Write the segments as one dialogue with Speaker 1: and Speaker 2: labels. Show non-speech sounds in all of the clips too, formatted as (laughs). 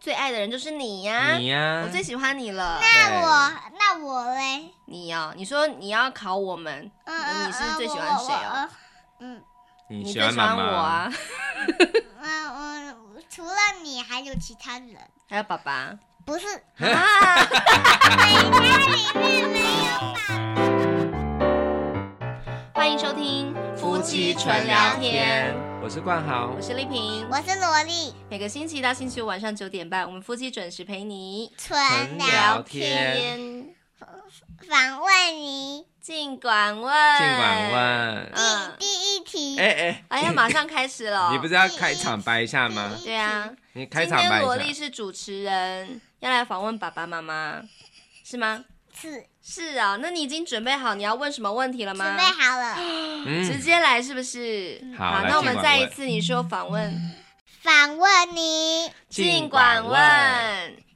Speaker 1: 最爱的人就是你呀、
Speaker 2: 你呀、
Speaker 1: 我最喜欢你了。
Speaker 2: 对
Speaker 3: 那我那我嘞，
Speaker 1: 你哦，你说你要考我们，
Speaker 3: 嗯嗯，
Speaker 1: 你是
Speaker 3: 嗯
Speaker 1: 最喜
Speaker 3: 我
Speaker 1: 欢
Speaker 3: 我
Speaker 1: 谁
Speaker 3: 我
Speaker 1: 哦
Speaker 3: 嗯
Speaker 2: 你
Speaker 1: 你
Speaker 2: 喜
Speaker 1: 最喜
Speaker 2: 妈
Speaker 1: 欢
Speaker 2: 妈
Speaker 1: 我啊，
Speaker 3: 嗯我除了你还有其他人，
Speaker 1: 还有爸
Speaker 2: (laughs)
Speaker 1: 爸。
Speaker 3: 不是
Speaker 1: 啊，
Speaker 3: 家里面没有
Speaker 1: 欢迎收听夫妻纯聊天，，
Speaker 2: 我是冠豪
Speaker 1: 我，是丽萍。
Speaker 3: 我是萝莉，
Speaker 1: 每个星期一到星期五晚上九点半，我们夫妻准时陪你
Speaker 3: 纯
Speaker 2: 聊
Speaker 3: 聊
Speaker 2: 天
Speaker 1: 天，
Speaker 3: 访问你
Speaker 1: 尽管问，
Speaker 2: 尽管问，
Speaker 3: 第
Speaker 1: 嗯，
Speaker 3: 第一题，
Speaker 2: 哎
Speaker 1: 哎呀，马上开始了。哦
Speaker 2: (laughs) 哎，你不是要开场白一下吗？
Speaker 1: 对啊，
Speaker 2: 你 (laughs) 开
Speaker 1: 今
Speaker 2: 场白
Speaker 1: 天萝莉
Speaker 2: 一下，
Speaker 1: 是主持人，要来访问爸爸妈妈，是吗？
Speaker 3: 是
Speaker 1: 是啊，那你已经准备好你要问什么问题了吗？
Speaker 3: 准备好了，
Speaker 1: 直
Speaker 2: 嗯，
Speaker 1: 接来是不是？
Speaker 2: 好来
Speaker 1: 那我
Speaker 2: 尽
Speaker 1: 们
Speaker 2: 管
Speaker 1: 再一
Speaker 2: 问
Speaker 1: 次你说访问，
Speaker 3: 访问你
Speaker 1: 尽管问，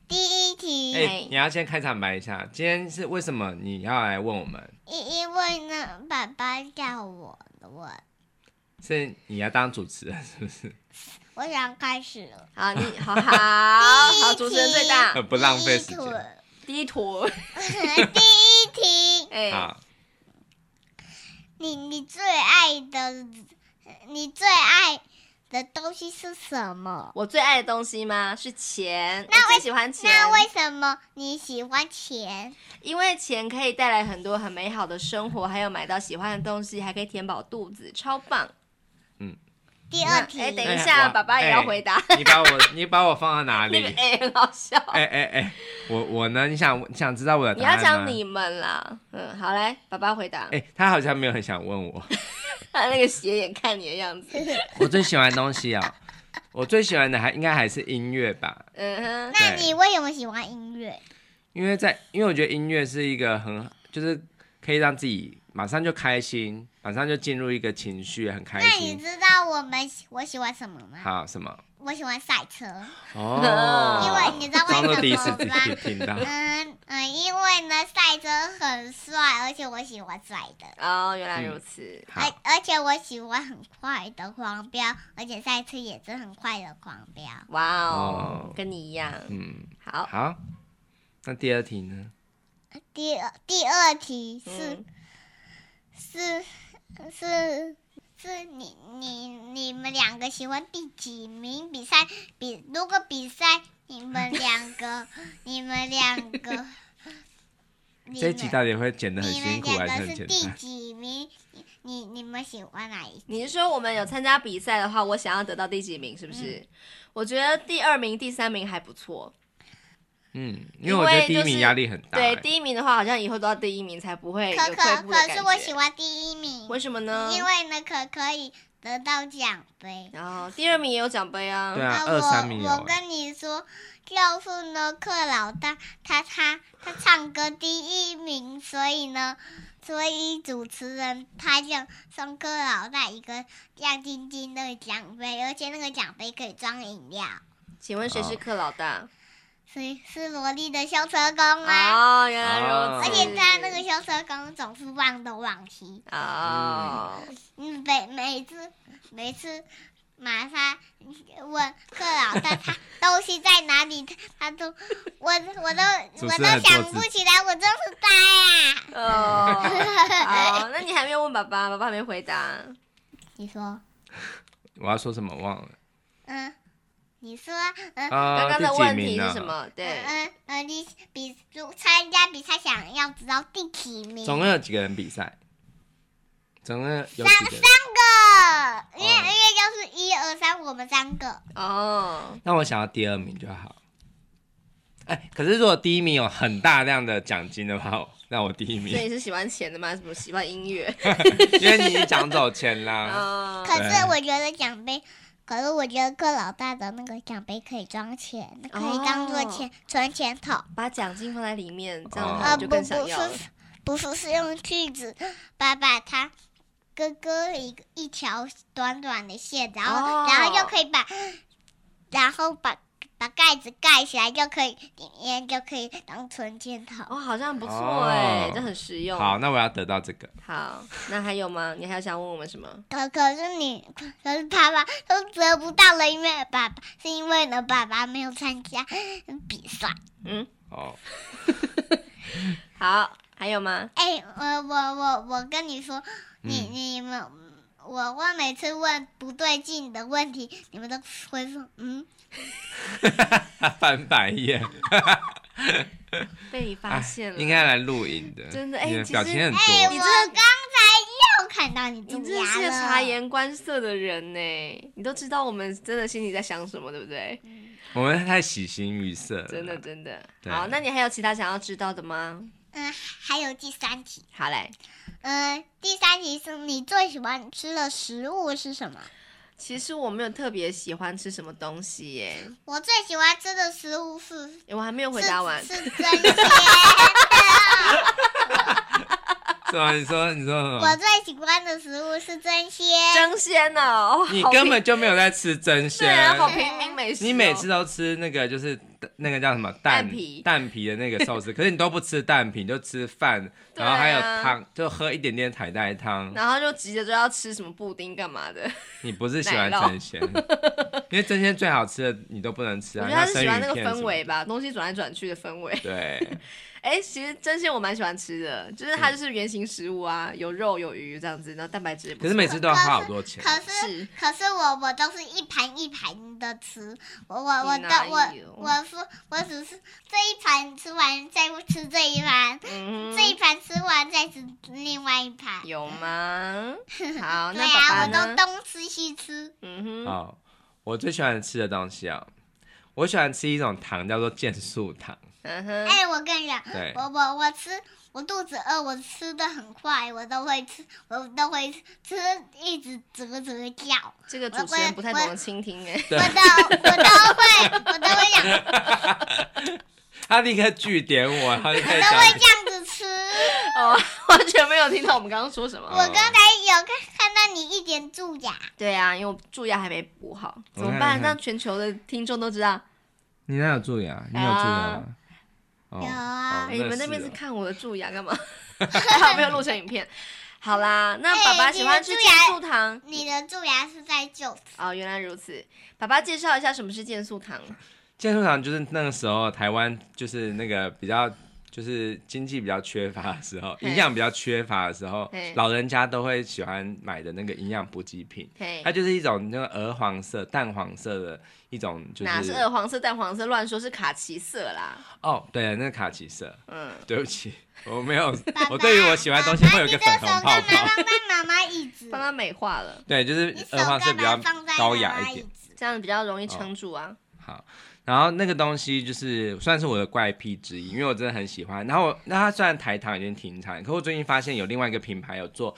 Speaker 3: 第一题。
Speaker 2: 哎，你要先开场白一下，今天是为什么你要来问我们？
Speaker 3: 因因为呢，爸爸叫我，我
Speaker 2: 是你要当主持人是不是？
Speaker 3: 我想开始了。
Speaker 1: 好，你 (laughs) 好好
Speaker 3: 第一
Speaker 1: 好，主持人最
Speaker 2: (laughs)
Speaker 1: 大
Speaker 2: 呃，，不浪费时
Speaker 3: 第一
Speaker 2: 间。
Speaker 1: 啊第一坨，
Speaker 3: 题 (laughs) 第一题，
Speaker 1: 哎、
Speaker 2: 好，
Speaker 3: 你你最爱的，你最爱的东西是什么？
Speaker 1: 我最爱的东西吗？是钱，
Speaker 3: 那
Speaker 1: 我最喜欢钱，
Speaker 3: 那为什么你喜欢钱？
Speaker 1: 因为钱可以带来很多很美好的生活，还有买到喜欢的东西，还可以填饱肚子，超棒。
Speaker 3: 第二
Speaker 1: 那
Speaker 3: 题，
Speaker 1: 哎，等
Speaker 2: 哎
Speaker 1: 一下，
Speaker 2: 我
Speaker 1: 爸爸也要
Speaker 2: 哎
Speaker 1: 回答，
Speaker 2: 你把我你把我放到哪
Speaker 1: (laughs) 那个 (laughs)
Speaker 2: 里？
Speaker 1: 哎很好笑。
Speaker 2: 哎哎哎，我我呢？你想你想知道我的
Speaker 1: 你
Speaker 2: 答
Speaker 1: 要
Speaker 2: 案吗？
Speaker 1: 讲你们啦，嗯，好来，爸爸回答。
Speaker 2: 哎，他好像没有很想问我。
Speaker 1: 他 (laughs) 那个斜眼看你的样子，
Speaker 2: 我最喜欢的东西啊、我最喜欢的还应该还是音乐吧，
Speaker 1: 嗯哼，
Speaker 3: 那
Speaker 2: 对
Speaker 3: 你为什么喜欢音乐？
Speaker 2: 因为在因为我觉得音乐是一个很就是可以让自己马上就开心，马上就进入一个情绪，很开
Speaker 3: 那你
Speaker 2: 心。
Speaker 3: 知道我们喜我喜欢什么吗？
Speaker 2: 好，什么？
Speaker 3: 我喜欢赛车，
Speaker 2: 哦，
Speaker 3: (laughs) 因为你知道
Speaker 2: (laughs)
Speaker 3: 为
Speaker 2: 装作第一
Speaker 3: 什
Speaker 2: 次
Speaker 3: 么
Speaker 2: 自
Speaker 3: 吗？
Speaker 2: 己听
Speaker 3: (laughs)
Speaker 2: 到。
Speaker 3: 嗯嗯，因为呢，赛车很帅，而且我喜欢帅的，
Speaker 1: 哦，原来
Speaker 2: 嗯
Speaker 1: 如此。
Speaker 3: 而
Speaker 2: 好，
Speaker 3: 而且我喜欢很快的狂飙，而且赛车也是很快的狂飙。
Speaker 1: 哇哦
Speaker 2: 哦，
Speaker 1: 跟你一样。
Speaker 2: 嗯，
Speaker 3: 哦
Speaker 1: 好，
Speaker 2: 好。那第二题呢？
Speaker 3: 第二第二题是、
Speaker 1: 嗯
Speaker 3: 是是是你你你们两个喜欢第几名比赛？比如果比赛，你们两
Speaker 2: (laughs)
Speaker 3: 个你们两个，你
Speaker 2: 这一集
Speaker 3: 们
Speaker 2: 到底会剪得很
Speaker 3: 你
Speaker 2: 辛
Speaker 3: 们
Speaker 2: 苦还
Speaker 3: 两
Speaker 2: 是
Speaker 3: 个
Speaker 2: 很简
Speaker 3: 是第
Speaker 2: 单？
Speaker 3: 几名？你你你们喜欢哪一？
Speaker 1: 你是说我们有参加比赛的话，我想要得到第几名？是不是？我觉得第二名、第三名还不错。
Speaker 2: 嗯，因为我觉
Speaker 1: 因为
Speaker 2: 得第一
Speaker 1: 就是
Speaker 2: 名压力很大、
Speaker 1: 对，
Speaker 2: 哎
Speaker 1: 第一名的话，好像以后都要第一名才不会有
Speaker 3: 可
Speaker 1: 退
Speaker 3: 可
Speaker 1: 步的感觉。
Speaker 3: 可是我喜欢第一名，
Speaker 1: 为什么呢？
Speaker 3: 因为呢可可以得到奖杯。
Speaker 1: 然后哦第二名也有奖杯啊。
Speaker 2: 对啊，
Speaker 3: 啊
Speaker 2: 二三名有、
Speaker 3: 我我
Speaker 2: 哎
Speaker 3: 跟你说，要是呢，克老大他他他唱歌第一名，所以呢，所以主持人他就送克老大一个亮晶晶的奖杯，而且那个奖杯可以装饮料，
Speaker 1: 请问谁是
Speaker 2: 哦
Speaker 1: 克老大？
Speaker 3: 所以是萝莉的修车工啊。
Speaker 1: 哦，原来如
Speaker 2: 哦
Speaker 1: 此。
Speaker 3: 而且他那个修车工总是忘东忘西，
Speaker 1: 哦，
Speaker 3: 嗯，每每次每次玛莎问克老大他东西在哪里，他他都我我都
Speaker 2: (laughs) 主
Speaker 3: 我
Speaker 2: 持
Speaker 3: 都
Speaker 2: 人很
Speaker 3: 想
Speaker 2: 多
Speaker 3: 不
Speaker 2: 自
Speaker 3: 起来，我真
Speaker 2: 嗯
Speaker 3: 是呆
Speaker 1: 哦，
Speaker 3: 啊！
Speaker 1: 好，那你还没有问爸爸，爸爸还没回
Speaker 2: 啊
Speaker 1: 答。
Speaker 3: (laughs) 你说，
Speaker 2: 我要说什么忘了
Speaker 3: 嗯，你说，嗯、
Speaker 2: 啊？
Speaker 1: 刚刚的
Speaker 2: 第几
Speaker 1: 问
Speaker 2: 名
Speaker 1: 题是
Speaker 2: 呢
Speaker 1: 什么？对，
Speaker 3: 嗯嗯，你比如参加比赛，想要知道第几
Speaker 1: 嗯
Speaker 3: 名？
Speaker 2: 总
Speaker 3: 三
Speaker 2: 共有几个人比赛？总共有几个人？
Speaker 3: 个，因为、
Speaker 2: 哦
Speaker 3: 因为要是一二三，我们三个，
Speaker 1: 哦，
Speaker 2: 那我想要第二名就好。哎、可是如果第一名有很大量的奖金的话，那我第一名
Speaker 1: 所以，你
Speaker 2: (laughs)
Speaker 1: 是喜欢钱的吗？什么喜欢音乐？
Speaker 2: 因为你奖走
Speaker 1: (laughs)
Speaker 2: 前啦。
Speaker 1: 哦，
Speaker 3: 可是
Speaker 2: 对
Speaker 3: 我觉得奖杯，可是我觉得克老大的那个奖杯可以装钱，可以当做钱、存钱筒。
Speaker 1: 把奖金放在里面，这
Speaker 2: 哦
Speaker 1: 样我
Speaker 3: 呃，不
Speaker 1: 哦就
Speaker 3: 不
Speaker 1: 更想要了。
Speaker 3: 是不是是用锯子把把它割割一个一条短短的线，然后、然后
Speaker 1: 哦
Speaker 3: 就可以把然后把把盖子盖起来就可以，里面就可以当存钱筒。
Speaker 1: 哦，好像不错哎、
Speaker 2: 哦
Speaker 1: 这很实用。
Speaker 2: 好，那我要得到这个。
Speaker 1: 好，那还有吗？你还有想问我们什么？
Speaker 3: 可可是你，可是爸爸都得不到了，因为爸爸是因为呢，爸爸没有参加比赛。
Speaker 1: 嗯，
Speaker 2: 哦，
Speaker 1: 好，还有吗？
Speaker 3: 哎、我我我我跟你说，你、你们，我我每次问不对劲的问题，你们都会说嗯。
Speaker 2: 翻白眼，
Speaker 1: 被你发现了，
Speaker 2: 哎应该来录影的。
Speaker 1: 真的哎
Speaker 2: 你的
Speaker 1: 其实
Speaker 2: 表情很
Speaker 3: 哎、
Speaker 2: 多。
Speaker 1: 你
Speaker 3: 我
Speaker 1: 这个
Speaker 3: 刚才又看到你
Speaker 1: 你
Speaker 3: 蛀
Speaker 1: 真的
Speaker 3: 牙
Speaker 1: 是个
Speaker 3: 了。
Speaker 1: 察言观色的人呢，你都知道我们真的心里在想什么，对不对？
Speaker 2: 我们太喜形于色了。
Speaker 1: 真的真的。
Speaker 2: 对
Speaker 1: 好，那你还有其他想要知道的吗？
Speaker 3: 嗯，还有第三题。
Speaker 1: 好嘞，
Speaker 3: 嗯，第三题是你最喜欢吃的食物是什么？
Speaker 1: 其实我没有特别喜欢吃什么东西耶，
Speaker 3: 我最喜欢吃的食物是是
Speaker 1: 诶我还没有回答完。
Speaker 3: 是真鲜。
Speaker 2: 对啊，你说你说什
Speaker 3: 我
Speaker 2: 么？
Speaker 3: 最喜欢的食物是真鲜。
Speaker 1: 争鲜哦，(laughs)
Speaker 2: 你
Speaker 1: 好
Speaker 2: 根
Speaker 1: 平
Speaker 2: 本就没有在吃真
Speaker 1: 对啊，
Speaker 2: 鲜。
Speaker 1: 好平民美食哦、
Speaker 2: 你每次都吃那个就是那个叫什么
Speaker 1: 蛋皮
Speaker 2: 蛋皮的那个
Speaker 1: (laughs)
Speaker 2: 寿司，可是你都不吃蛋皮，你就吃饭，
Speaker 1: 对啊
Speaker 2: 然后还有汤，就喝一点点海带汤。
Speaker 1: 然后就急着就要吃什么布丁干嘛的，
Speaker 2: 你不是喜欢
Speaker 1: 奶酪 (laughs)
Speaker 2: 真鲜，因为真鲜最好吃的你都不能吃
Speaker 1: 我
Speaker 2: 啊。
Speaker 1: 觉得他是
Speaker 2: 像生
Speaker 1: 喜
Speaker 2: 鱼
Speaker 1: 欢那个
Speaker 2: 片什
Speaker 1: 氛
Speaker 2: 么
Speaker 1: 围
Speaker 2: 的。
Speaker 1: 吧，东西转来转去的氛围。 (laughs)
Speaker 2: 对，
Speaker 1: 哎、其实真鲜我蛮喜欢吃的，就是它就是原型食物啊，有肉有鱼这样子，然后蛋白质也不
Speaker 2: 嗯可是每次都要花好
Speaker 1: (laughs)
Speaker 2: 多钱。
Speaker 3: 可是
Speaker 1: 是
Speaker 3: 可是我我都是一盘一盘的吃，我我我
Speaker 1: 你
Speaker 3: 的
Speaker 1: 哪
Speaker 3: 我
Speaker 1: 有
Speaker 3: 我说我只是这一盘吃完再吃这一盘，
Speaker 1: 嗯
Speaker 3: 这一盘吃完再吃另外一盘。
Speaker 1: 有
Speaker 3: (laughs)
Speaker 1: 吗？好，
Speaker 3: 对
Speaker 1: 那爸爸
Speaker 3: 啊，
Speaker 1: 呢
Speaker 3: 我都？东吃西吃。
Speaker 1: 嗯哼，
Speaker 2: 好，我最喜欢吃的东西啊，我喜欢吃一种糖叫做健素糖。
Speaker 1: 嗯哼，
Speaker 3: 哎，我跟你讲，
Speaker 2: 对
Speaker 1: 哦
Speaker 3: 我我我吃，我肚子饿，我吃的很快，我都会吃，我都会吃，吃一直啧啧叫，
Speaker 1: 这个主持人不太懂得倾听哎、
Speaker 2: (laughs)
Speaker 3: 我
Speaker 2: 对
Speaker 3: 都我都会，我都会这样，
Speaker 2: 他立刻据点我，然后就
Speaker 3: 我
Speaker 2: 开始
Speaker 3: 都会
Speaker 2: 讲。
Speaker 3: 这样子吃。 (laughs)
Speaker 1: 哦，完全没有听到我们刚刚说什么。
Speaker 3: 我刚才有看看到你一点蛀牙，
Speaker 1: 对啊，因为我蛀牙还没补好，怎么
Speaker 2: 我看
Speaker 1: 办？
Speaker 2: 看
Speaker 1: 让全球的听众都知道。
Speaker 2: 你哪有蛀牙？你有蛀牙吗？哦
Speaker 3: 有啊
Speaker 2: 哦
Speaker 1: 哎你们那边是
Speaker 2: 是哦
Speaker 1: 看我的蛀牙干
Speaker 2: (laughs)
Speaker 1: 嘛？还好没有录成影片。好啦，那爸爸
Speaker 3: 哎
Speaker 1: 喜欢吃
Speaker 3: 你的
Speaker 1: 健
Speaker 3: 蛀牙
Speaker 1: 素糖
Speaker 3: 你的蛀牙是在臼齿。
Speaker 1: 哦，原来如此。爸爸介绍一下什么是健素糖。
Speaker 2: 健素糖就是那个时候台湾就是那个比较就是经济比较缺乏的时候，
Speaker 1: 嘿
Speaker 2: 营养比较缺乏的时候
Speaker 1: 嘿，
Speaker 2: 老人家都会喜欢买的那个营养补给品。
Speaker 1: 嘿
Speaker 2: 它，就是一种那个鹅黄色、淡黄色的一种，就
Speaker 1: 哪是
Speaker 2: 是
Speaker 1: 鹅黄色、淡黄色？乱说，是卡其色啦。
Speaker 2: 哦，对，那个卡其色，
Speaker 1: 嗯，
Speaker 2: 对不
Speaker 3: (laughs)
Speaker 2: 起，我没有
Speaker 3: 爸爸，
Speaker 2: 我对于我喜欢的东西会有一个粉红泡
Speaker 3: 爸啊爸你这手干
Speaker 2: 泡
Speaker 3: 嘛。放在妈妈椅子？
Speaker 1: 帮他美化了，
Speaker 2: 对，就是
Speaker 3: 你手
Speaker 2: 鹅黄色呃
Speaker 3: 干
Speaker 2: 比较
Speaker 3: 嘛放在
Speaker 2: 高
Speaker 3: 妈
Speaker 2: 雅
Speaker 3: 妈
Speaker 2: 一
Speaker 3: 椅
Speaker 2: 点。
Speaker 3: 子？
Speaker 1: 这样比较容易撑住啊。
Speaker 2: 好，然后那个东西就是算是我的怪癖之一，因为我真的很喜欢。然后我那它虽然台糖已经停产，可我最近发现有另外一个品牌有做，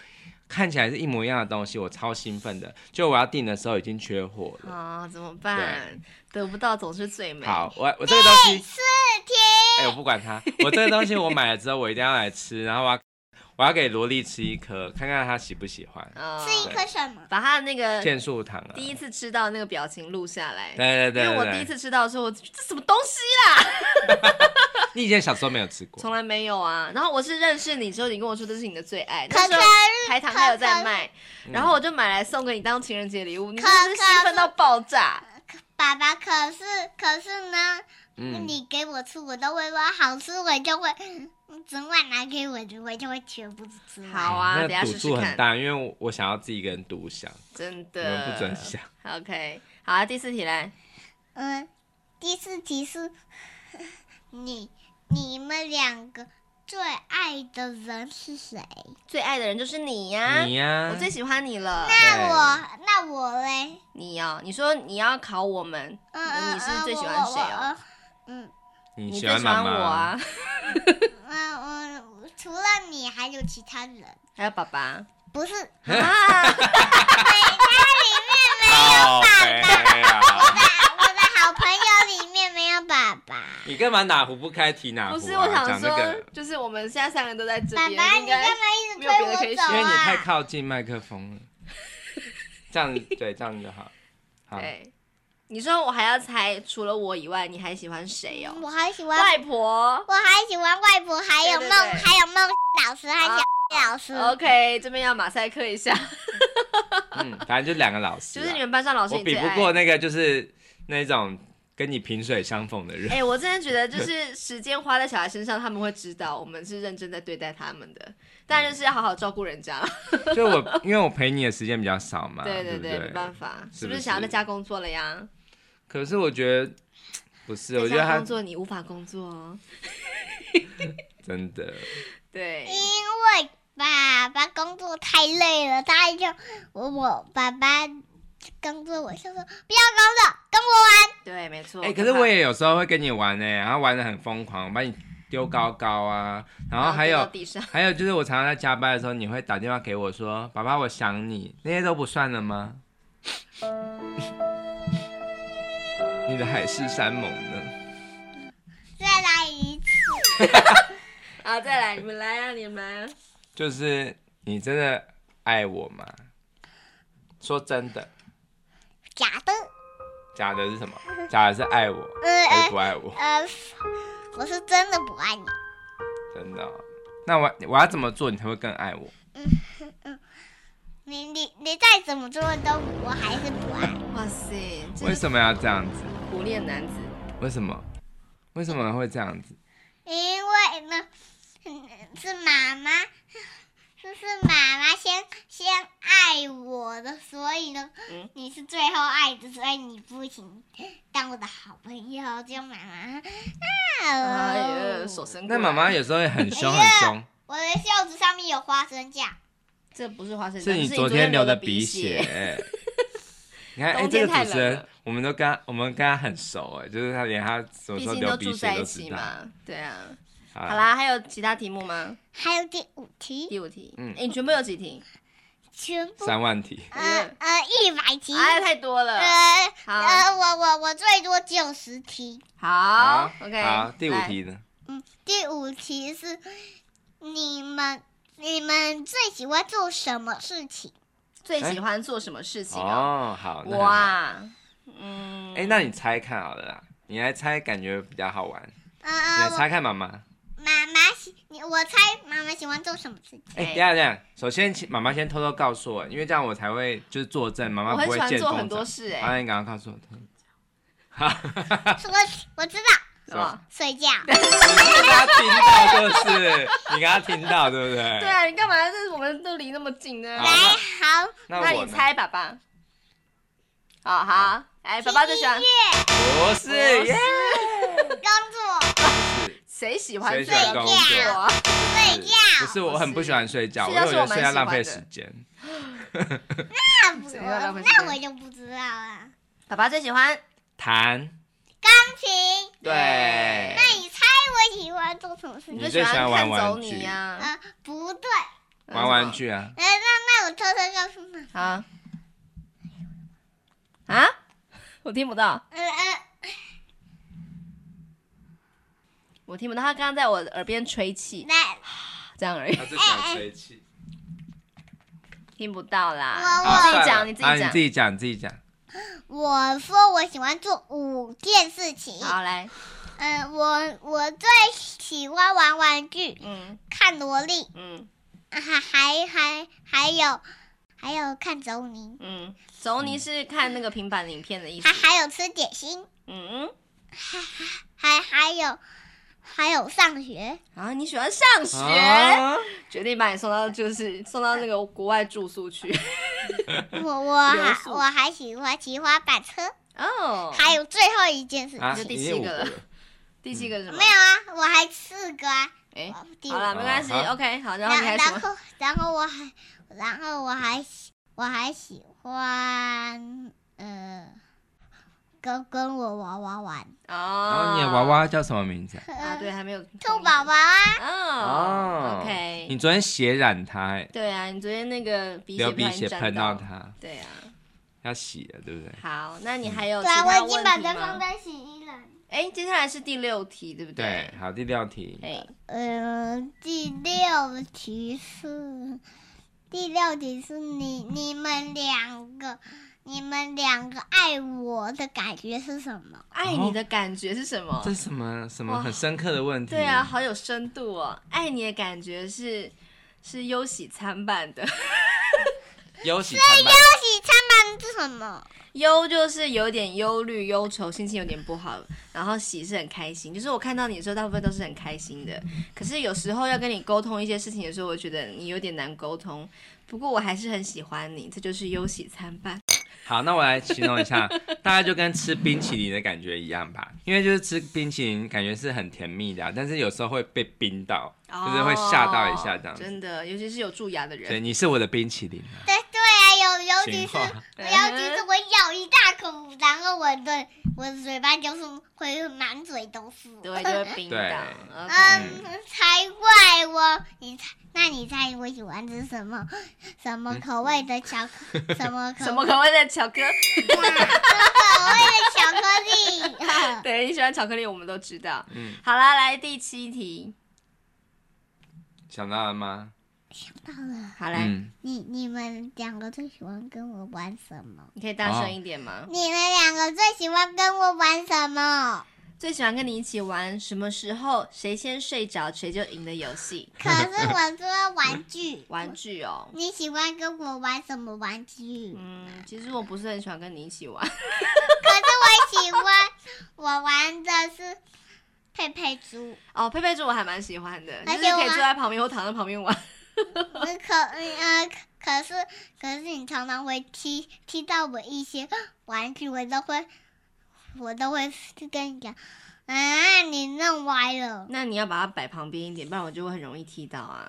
Speaker 2: 看起来是一模一样的东西，我超兴奋的。就我要订的时候已经缺货了。
Speaker 1: 啊、怎么办？得不到总是最美。
Speaker 2: 哦好，我我这个东
Speaker 1: (laughs)
Speaker 2: 西，
Speaker 3: 天，
Speaker 2: 哎、我不管它，我这个东西我买了之后我一定要来吃，然后我要我要给萝莉吃一颗，看看她喜不喜欢。
Speaker 1: 啊、
Speaker 3: 是一颗什么？
Speaker 1: 把他的那个
Speaker 2: 健素糖啊，
Speaker 1: 第一次吃到那个表情录下来。
Speaker 2: 对对对
Speaker 1: 因为我
Speaker 2: 对
Speaker 1: 第一
Speaker 2: 对
Speaker 1: 次吃到的时候，我这什么东西啦？
Speaker 2: 你以前小时候没有吃过，
Speaker 1: 从来没有啊。然后我是认识你之后，你跟我说这是你的最爱，
Speaker 3: 可
Speaker 1: 那时候
Speaker 3: 可
Speaker 1: 台糖
Speaker 3: 可
Speaker 1: 还有在卖，然后我就买来送给你当情人节礼物，你
Speaker 3: 可
Speaker 1: 真的是兴奋到爆炸。
Speaker 3: 爸爸，可是可是呢，
Speaker 2: 嗯，
Speaker 3: 你给我吃，我都会说好吃，我就会 (laughs) 嗯整碗拿给我，我就会全部吃完。
Speaker 1: 好啊，
Speaker 2: 那
Speaker 1: 等一下
Speaker 2: 赌
Speaker 1: 试
Speaker 2: 注
Speaker 1: 试
Speaker 2: 很
Speaker 1: 看，
Speaker 2: 大，因为我我想要自己一个人独享，
Speaker 1: 真
Speaker 2: 你们
Speaker 1: 的
Speaker 2: 不准想。
Speaker 1: OK，好、啊，第四题来，
Speaker 3: 嗯，第四题是， (laughs) 你你们两个最爱的人是谁？
Speaker 1: 最爱的人就是你呀、
Speaker 2: 你呀、
Speaker 1: 我最喜欢你了。
Speaker 2: 那
Speaker 3: 那我那我嘞？
Speaker 1: 你哦，你说你要考我们，
Speaker 3: 嗯嗯，
Speaker 1: 你是最喜欢
Speaker 3: 嗯我
Speaker 1: 谁
Speaker 3: 我
Speaker 1: 哦？
Speaker 3: 我嗯
Speaker 2: 你
Speaker 1: 你
Speaker 2: 喜
Speaker 1: 最
Speaker 2: 欢
Speaker 1: 喜
Speaker 2: 妈
Speaker 1: 欢
Speaker 2: 妈
Speaker 1: 我啊，
Speaker 3: 嗯嗯，除了你还有其他人？
Speaker 1: 还有爸
Speaker 2: (laughs)
Speaker 1: 爸
Speaker 3: 不是，
Speaker 1: 啊。
Speaker 2: (laughs) 靠北啊！
Speaker 3: 我的好朋友里面没有爸
Speaker 1: (laughs)
Speaker 3: 爸。
Speaker 2: 你干嘛哪壶不开提哪壶、啊？
Speaker 1: 不是，我想
Speaker 2: 讲
Speaker 1: 说，
Speaker 2: 那个，
Speaker 1: 就是我们现在三个人都在这
Speaker 3: 爸
Speaker 1: 边，
Speaker 3: 爸，
Speaker 1: 应
Speaker 3: 你
Speaker 1: 该
Speaker 3: 干嘛一直
Speaker 1: 没有别的可
Speaker 3: 推
Speaker 1: 以
Speaker 3: 我
Speaker 1: 选
Speaker 3: 走
Speaker 2: 因
Speaker 3: 啊？
Speaker 2: 为你太
Speaker 1: (laughs)
Speaker 2: 靠近麦克风了，这样对，这样就好。好，
Speaker 1: 对。你说我还要猜，除了我以外，你还喜欢谁哦？
Speaker 3: 我好喜欢，
Speaker 1: 外婆。
Speaker 3: 我还喜欢外婆，还有
Speaker 1: 对对
Speaker 3: 梦，
Speaker 1: 对啊
Speaker 3: 还有梦 (laughs) 老师，还有 (laughs) 老师。
Speaker 1: OK，这边要马赛克一 (laughs) 下，
Speaker 2: 嗯，反正就两个老师
Speaker 1: 就
Speaker 2: 啊，
Speaker 1: 是你们班上老师
Speaker 2: 我
Speaker 1: 你最
Speaker 2: 比
Speaker 1: 爱。
Speaker 2: 不过那个就是那种跟你萍水相逢的人。 (laughs)
Speaker 1: 哎、我真的觉得就是时间花在小孩身上，他们会知道我们是认真在对待他们的，当然就是要好好照顾人家了。
Speaker 2: 嗯就我，因为我陪你的时间比较少嘛，
Speaker 1: (laughs) 对
Speaker 2: 对
Speaker 1: 对，没
Speaker 2: 不对？
Speaker 1: 办法，
Speaker 2: 是
Speaker 1: 是不
Speaker 2: 不
Speaker 1: 是想要在
Speaker 2: 是
Speaker 1: 家工作了呀？
Speaker 2: 可是我觉得不是，
Speaker 1: 在
Speaker 2: 我觉得
Speaker 1: 家
Speaker 2: 他
Speaker 1: 工作你无法工作哦。
Speaker 2: 真的，
Speaker 1: 对，
Speaker 3: 因为爸爸工作太累了，他就我我爸爸工作，我就说不要工作，跟我玩。
Speaker 1: 对，没错。
Speaker 2: 哎、可是我
Speaker 1: 也
Speaker 2: 也有时候会跟你玩呢、欸然后玩的很疯狂，我把你丢高高啊，然后还有
Speaker 1: 地上， (laughs)
Speaker 2: 还有就是我常常在加班的时候，你会打电话给我说：“爸爸，我想你。”那些都不算了吗？ (laughs) 你的海誓山盟呢？
Speaker 3: 再来一次，
Speaker 1: 好，再来，你们来啊，你们来啊。
Speaker 2: 就是你真的爱我吗？说真的，
Speaker 3: 假的，
Speaker 2: 假的是什么？假的是爱我，
Speaker 3: 呃
Speaker 2: 还是
Speaker 3: 呃
Speaker 2: 不爱我？
Speaker 3: 呃，我是真的不爱你。
Speaker 2: 真的哦、那我我要怎么做你才会更爱我？
Speaker 3: 你你你再怎么做都，我还是不爱。
Speaker 1: 哇塞，
Speaker 2: 为
Speaker 1: 这是
Speaker 2: 什么要这样子？
Speaker 1: 苦练男子。
Speaker 2: 为什么？为什么会这样子？
Speaker 3: 因为呢，嗯是妈妈，是是妈妈先先爱我的，所以呢，
Speaker 1: 嗯
Speaker 3: 你是最后爱的，所以你不行，当我的好朋友，就妈妈。啊、
Speaker 1: 哎呀，手伸过来。
Speaker 2: 那妈妈有时候也很
Speaker 1: (laughs)
Speaker 2: 凶很
Speaker 3: 哎呀
Speaker 2: 凶，
Speaker 3: 我的袖子上面有花生酱，
Speaker 1: 这不是花生酱，
Speaker 2: 是你
Speaker 1: 昨
Speaker 2: 昨天流
Speaker 1: 的
Speaker 2: 的鼻
Speaker 1: 血。
Speaker 2: 血。 (laughs) 你看，哎、
Speaker 1: 冬
Speaker 2: 这
Speaker 1: 天
Speaker 2: 个
Speaker 1: 太
Speaker 2: 主持
Speaker 1: 冷
Speaker 2: 人
Speaker 1: 了，
Speaker 2: 我们都跟他，我们跟他很熟，哎，就是他连他什么
Speaker 1: 毕
Speaker 2: 时候
Speaker 1: 竟
Speaker 2: 流
Speaker 1: 都
Speaker 2: 鼻
Speaker 1: 住
Speaker 2: 血
Speaker 1: 在
Speaker 2: 都
Speaker 1: 一
Speaker 2: 知
Speaker 1: 起
Speaker 2: 道。
Speaker 1: 嘛，对啊。
Speaker 2: 好
Speaker 1: 好
Speaker 2: 啦，
Speaker 1: 啦，还有其他题目吗？
Speaker 3: 还有第五题，
Speaker 1: 第五题，
Speaker 2: 嗯
Speaker 1: 嗯，你全部有几题？
Speaker 3: 全部
Speaker 2: 三万题，
Speaker 3: 呃呃一百题，
Speaker 1: 哎，太多了。
Speaker 3: 呃
Speaker 1: 好，
Speaker 3: 呃我我我最多九十题。
Speaker 1: 好，OK，
Speaker 2: 好，第五
Speaker 1: 来，
Speaker 2: 题呢？
Speaker 3: 嗯，第五题是你们你们最喜欢做什么事情？
Speaker 1: 最喜欢做什么事情啊？
Speaker 2: 哎哦，好，那很好，
Speaker 1: 哇，嗯，
Speaker 2: 哎、那你猜看好了啦，你来猜，感觉比较好玩，你
Speaker 3: 呃，
Speaker 2: 来
Speaker 3: 我
Speaker 2: 猜看妈妈。
Speaker 3: 妈妈喜你，我猜妈妈喜欢做什么事情？
Speaker 2: 哎、
Speaker 1: 哎
Speaker 2: 等一下等一下，首先请妈妈先偷偷告诉我，因为这样我才会就是作证，妈
Speaker 1: 我
Speaker 2: 妈
Speaker 1: 很
Speaker 2: 不
Speaker 1: 喜
Speaker 2: 会
Speaker 1: 欢
Speaker 2: 见
Speaker 1: 做
Speaker 2: 风
Speaker 1: 很多
Speaker 2: 长
Speaker 1: 事，
Speaker 2: 好，
Speaker 1: 哎，
Speaker 2: 你赶快告诉我。
Speaker 3: 是我我知道，
Speaker 1: 什
Speaker 2: 哎
Speaker 1: 么？
Speaker 3: 睡觉。
Speaker 2: 你刚刚听到就是，你刚刚听到对不对？
Speaker 1: 对。啊，你干嘛？这我们都离那么近呢
Speaker 2: 好。
Speaker 3: 来，
Speaker 2: 那
Speaker 3: 好，
Speaker 2: 那
Speaker 1: 那
Speaker 2: 我
Speaker 1: 你
Speaker 2: 呢？
Speaker 1: 猜，爸爸。好好，哎，爸爸最喜
Speaker 2: (laughs)
Speaker 1: 欢
Speaker 2: 不是
Speaker 1: 不
Speaker 2: 耶，
Speaker 3: 工作，
Speaker 1: 谁喜欢
Speaker 2: 谁
Speaker 1: 睡
Speaker 2: 喜
Speaker 3: 欢
Speaker 1: 觉
Speaker 3: 工作
Speaker 1: 啊？
Speaker 3: 睡觉。
Speaker 2: 不是我很不喜欢睡觉，
Speaker 1: 睡
Speaker 2: 因
Speaker 1: 觉
Speaker 2: 为我
Speaker 1: 是
Speaker 2: 觉
Speaker 1: 我
Speaker 2: 得
Speaker 1: 蛮
Speaker 2: 睡觉浪费
Speaker 1: 喜欢
Speaker 2: 时
Speaker 1: 的
Speaker 2: 间。
Speaker 3: 那不
Speaker 1: 谁要浪费时间
Speaker 3: 那我就不知道了。
Speaker 1: 爸爸最喜欢
Speaker 2: 弹，
Speaker 3: 钢琴，
Speaker 2: 对，
Speaker 3: 那你猜我喜欢做什么事
Speaker 1: 你最
Speaker 2: 你
Speaker 3: 情？
Speaker 1: 喜
Speaker 2: 最喜
Speaker 1: 欢
Speaker 2: 欢玩
Speaker 1: 看走
Speaker 2: 玩具
Speaker 1: 你啊呀，
Speaker 3: 呃，不对，
Speaker 2: 玩玩具啊，
Speaker 3: 呃，那那我偷偷告诉你，
Speaker 1: 啊啊！ (laughs) 我听不到，
Speaker 3: 呃呃，
Speaker 1: 我听不到，他刚刚在我的耳边吹气，
Speaker 3: 那
Speaker 1: 这样而
Speaker 2: (laughs)
Speaker 1: 已，
Speaker 2: 最喜欢吹气。
Speaker 1: 听不到啦。
Speaker 3: 我
Speaker 1: 你自
Speaker 2: 好
Speaker 1: 己
Speaker 2: 算了
Speaker 1: 讲，哎你自
Speaker 2: 啊
Speaker 1: 己
Speaker 2: 你
Speaker 1: 讲
Speaker 2: 自。己讲，你自己讲。
Speaker 3: 我说我喜欢做五件事情。
Speaker 1: 好，来，
Speaker 3: 嗯、我我最喜欢玩玩具、
Speaker 1: 嗯
Speaker 3: 看萝莉，
Speaker 1: 嗯
Speaker 3: 啊还还还还有还有看走泥，
Speaker 1: 嗯，走你是看那个平板影片的意思
Speaker 3: 还。还有吃点心， (laughs)
Speaker 1: 嗯，嗯
Speaker 3: 还还有还有上学。
Speaker 1: 啊，你喜欢上学，
Speaker 2: 啊
Speaker 1: 决定把你送到就是送到那个国外住宿
Speaker 3: (laughs)
Speaker 1: 去。(laughs)
Speaker 3: 我我还
Speaker 1: 留宿
Speaker 3: 我还喜欢骑滑板车。
Speaker 1: 哦，
Speaker 3: 还有最后一件事情，
Speaker 2: 啊，
Speaker 1: 这第
Speaker 2: 已
Speaker 1: 七
Speaker 2: 经五
Speaker 1: 个了
Speaker 2: 了。
Speaker 1: 第七个是什么
Speaker 3: 没？有啊，我还四个啊。
Speaker 1: 哎，
Speaker 3: 我第五
Speaker 1: 好啦，没关系
Speaker 2: 哦好
Speaker 1: ，OK，好，然
Speaker 3: 然
Speaker 1: 后你还有什
Speaker 3: 然
Speaker 1: 么？
Speaker 3: 后然后我还然后我还喜我还喜欢呃跟跟我娃娃玩，
Speaker 2: 然后
Speaker 1: 哦，
Speaker 2: 你的娃娃叫什么名字啊？
Speaker 1: 啊，对，还没有
Speaker 3: 呃兔宝宝啊，
Speaker 2: 啊
Speaker 1: 哦，OK，
Speaker 2: 你昨天血染它，哎
Speaker 1: 对啊，你昨天那个鼻血
Speaker 2: 流
Speaker 1: 不小
Speaker 2: 鼻
Speaker 1: 心
Speaker 2: 血
Speaker 1: 沾
Speaker 2: 喷到，它，
Speaker 1: 对啊，
Speaker 2: 要洗了，对不对？
Speaker 1: 好，那你还有
Speaker 3: 对
Speaker 1: 其
Speaker 3: 啊，
Speaker 1: 他
Speaker 3: 我已经把
Speaker 1: 问题
Speaker 3: 它
Speaker 1: 吗？
Speaker 3: 放在洗衣篮。
Speaker 1: 哎，接下来是第六题，对不
Speaker 2: 对，？好，第六题。
Speaker 1: 哎，
Speaker 3: 嗯，第六题是第六题是你你们两个你们两个爱我的感觉是什么？
Speaker 1: 爱你的感觉是什么
Speaker 2: 这？是什么什么
Speaker 1: 哇
Speaker 2: 很深刻的问题？
Speaker 1: 对啊，，好有深度哦！爱你的感觉是是忧喜参半的，
Speaker 2: 忧喜参半。
Speaker 3: 恭喜参半是什么？
Speaker 1: 忧就是有点忧虑、忧愁，心情有点不好，然后喜是很开心。就是我看到你的时候，大部分都是很开心的。可是有时候要跟你沟通一些事情的时候，我觉得你有点难沟通。不过我还是很喜欢你，这就是忧喜参半。
Speaker 2: 好，那我来形容一
Speaker 3: (laughs)
Speaker 2: 下，大概就跟吃冰淇淋的感觉一样吧，因为就是吃冰淇淋感觉是很甜蜜的啊、但是有时候会被冰到，
Speaker 3: 哦
Speaker 2: 就是会吓到一下这样子。
Speaker 1: 哦真的，尤其是有蛀牙的
Speaker 2: 对，
Speaker 1: 人，
Speaker 2: 你是我的冰淇淋啊，
Speaker 3: 对对啊，有尤其
Speaker 2: 情
Speaker 3: 是
Speaker 2: 话
Speaker 3: 尤其是我咬一大口，然后我的我的嘴巴就是会满嘴都是。 (laughs)
Speaker 1: 对，就会冰到。
Speaker 2: 对
Speaker 1: OK，
Speaker 3: 嗯，才怪我！你猜，那你猜我喜欢吃什么？什么口味的
Speaker 1: (laughs)
Speaker 3: 巧克？什么口
Speaker 1: 什么口味的巧克力？
Speaker 3: 口味的巧克力？
Speaker 1: 对，你喜欢巧克力，我们都知道。
Speaker 2: 嗯，
Speaker 1: 好啦，来第七题。
Speaker 2: 想到了吗？
Speaker 3: (laughs) 到了，
Speaker 1: 好来，
Speaker 2: 嗯，
Speaker 3: 你你们两个最喜欢跟我玩什么？
Speaker 1: 你可以大声一点吗？
Speaker 2: 哦
Speaker 3: 你们两个最喜欢跟我玩
Speaker 1: (laughs)
Speaker 3: 什么？
Speaker 1: 最喜欢跟你一起玩，什么时候谁先睡着谁就赢的游戏，
Speaker 3: 可是我说玩具
Speaker 1: 玩具哦。
Speaker 3: 你喜欢跟我玩什么玩具？
Speaker 1: 嗯，其实我不是很喜欢跟你一起玩。 (laughs)
Speaker 3: 可是我喜欢，我玩的是佩佩猪。
Speaker 1: 哦，佩佩猪我还蛮喜欢的，就
Speaker 3: 而
Speaker 1: 是
Speaker 3: 且我
Speaker 1: 可以
Speaker 3: 还
Speaker 1: 坐在旁边或躺在旁边玩。
Speaker 3: 我可嗯呃，可可是可是你常常会踢踢到我一些玩具，我都会我都会就跟你讲，啊，你弄歪了。
Speaker 1: 那你要把它摆旁边一点，不然我就会很容易踢到啊。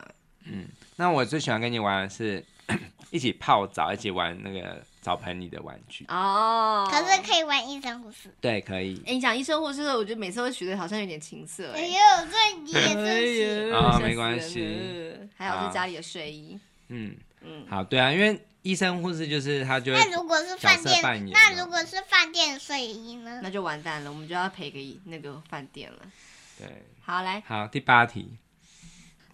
Speaker 2: 那我最喜欢跟你玩的是 (clears throat) 一起泡澡，一起玩那个澡盆里的玩具。
Speaker 1: 哦，
Speaker 3: 可是可以玩一生故事，
Speaker 2: 对，可以。
Speaker 1: 哎，你讲医生护士的时候，我觉得每次会觉得好像有点情
Speaker 2: 哦
Speaker 1: 色
Speaker 3: 哎
Speaker 1: 哎。
Speaker 3: 呦，这你也
Speaker 1: 哎
Speaker 3: 真是
Speaker 1: 呦
Speaker 2: 啊
Speaker 1: 吓死
Speaker 2: 没关
Speaker 1: 人
Speaker 2: 系啊
Speaker 1: 了嗯还有
Speaker 2: 好
Speaker 1: 是家里的睡衣，
Speaker 2: 嗯，
Speaker 1: 嗯，
Speaker 2: 好，对啊，因为医生护士就是他就会
Speaker 3: 那如果是饭
Speaker 2: 角色扮
Speaker 3: 店，
Speaker 2: 演
Speaker 3: 那如果是饭店睡衣呢？
Speaker 1: 那就完蛋了，我们就要赔给那个饭店了。
Speaker 2: 对。
Speaker 1: 好，来，
Speaker 2: 好，第八题，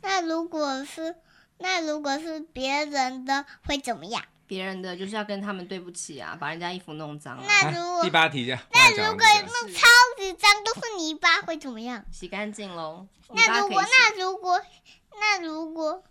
Speaker 3: 那如果是那如果是别人的会怎么样？
Speaker 1: 别人的就是要跟他们对不起啊，把人家衣服弄脏啊，
Speaker 3: 那
Speaker 2: 啊
Speaker 3: 如果
Speaker 2: 第八题这样。
Speaker 3: 那
Speaker 2: 哇讲
Speaker 3: 如
Speaker 2: 完
Speaker 3: 果
Speaker 2: 这个
Speaker 3: 弄超级脏都是泥巴会怎么样？
Speaker 1: 洗干净喽。尾
Speaker 3: 那
Speaker 1: 巴
Speaker 3: 如
Speaker 1: 可以
Speaker 3: 果
Speaker 1: 洗
Speaker 3: 那如果那如果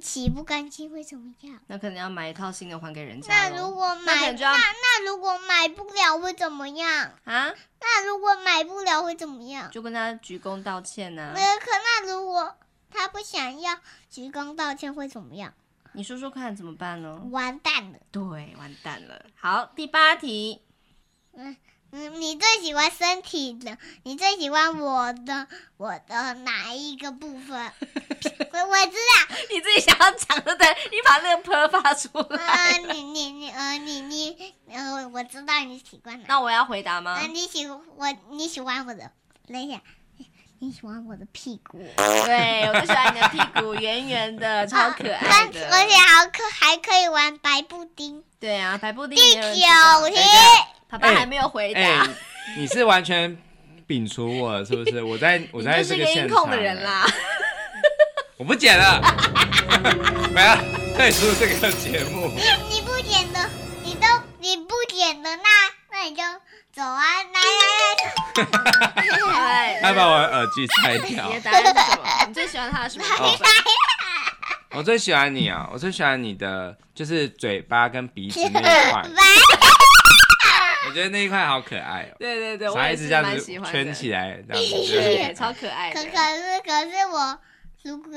Speaker 3: 洗不干净会怎么样？
Speaker 1: 那可能要买一套新的还给人家
Speaker 3: 那
Speaker 1: 咯。
Speaker 3: 如果
Speaker 1: 那可
Speaker 3: 买
Speaker 1: 能就要
Speaker 3: 那如果买不了会怎么样？
Speaker 1: 啊，
Speaker 3: 那如果买不了会怎么样？
Speaker 1: 就跟他鞠躬道歉啊呐、
Speaker 3: 那可那如果他不想要鞠躬道歉会怎么样？
Speaker 1: 你说说看怎么办呢？
Speaker 3: 完蛋了！
Speaker 1: 对，完蛋了。好，第八题， (laughs)
Speaker 3: 嗯，你最喜欢身体的，你最喜欢我的我的哪一个部分？ (laughs) 我我知道，
Speaker 1: 你自己想要讲的对，你把那个 (laughs) 泼发出来。
Speaker 3: 呃，你你你呃你你呃，我知道你喜欢哪
Speaker 1: 那我要回答吗
Speaker 3: 啊，？你喜我你喜欢我的，等一下， (laughs) 你喜欢我的屁股，
Speaker 1: 对，我就喜欢你的屁股圆圆的，超可爱
Speaker 3: 但
Speaker 1: 的。
Speaker 3: 而且还可还可以玩白布丁。
Speaker 1: 对啊，白布丁
Speaker 3: 第
Speaker 1: 也
Speaker 3: 九
Speaker 1: 有人知道。
Speaker 3: 题，
Speaker 1: 啊爸爸还没有回答。
Speaker 2: 哎、你是完全摒除我了是不是？我在我
Speaker 1: 你
Speaker 2: 在
Speaker 1: 就是
Speaker 2: 这
Speaker 1: 一个
Speaker 2: 现
Speaker 1: 音
Speaker 2: 场、
Speaker 1: 控的人
Speaker 3: (laughs)
Speaker 1: 啦，
Speaker 2: 我不剪了，我要退出这个节目。
Speaker 1: 哎
Speaker 3: 你不点的，你都你不点的，那那你就走啊，来来
Speaker 1: 对。
Speaker 2: 他把我的耳机拆掉
Speaker 1: 哎你的。答案是什么？你最喜欢他的什么部分？
Speaker 2: 我最喜欢你啊！我最喜欢你的就是嘴巴跟鼻子那一块
Speaker 1: 嗯
Speaker 3: 来，，来，
Speaker 2: 我觉得那一块好可爱哦、
Speaker 1: 对对对，我
Speaker 2: 小一
Speaker 1: 也
Speaker 2: 直
Speaker 1: 是
Speaker 2: 这样
Speaker 1: 蛮
Speaker 2: 子
Speaker 1: 喜欢
Speaker 2: 圈
Speaker 1: 的。
Speaker 2: 起来，这样子就
Speaker 1: 对，
Speaker 2: 是
Speaker 1: 超可爱
Speaker 3: 可
Speaker 1: 的。
Speaker 3: 可是可是我。如果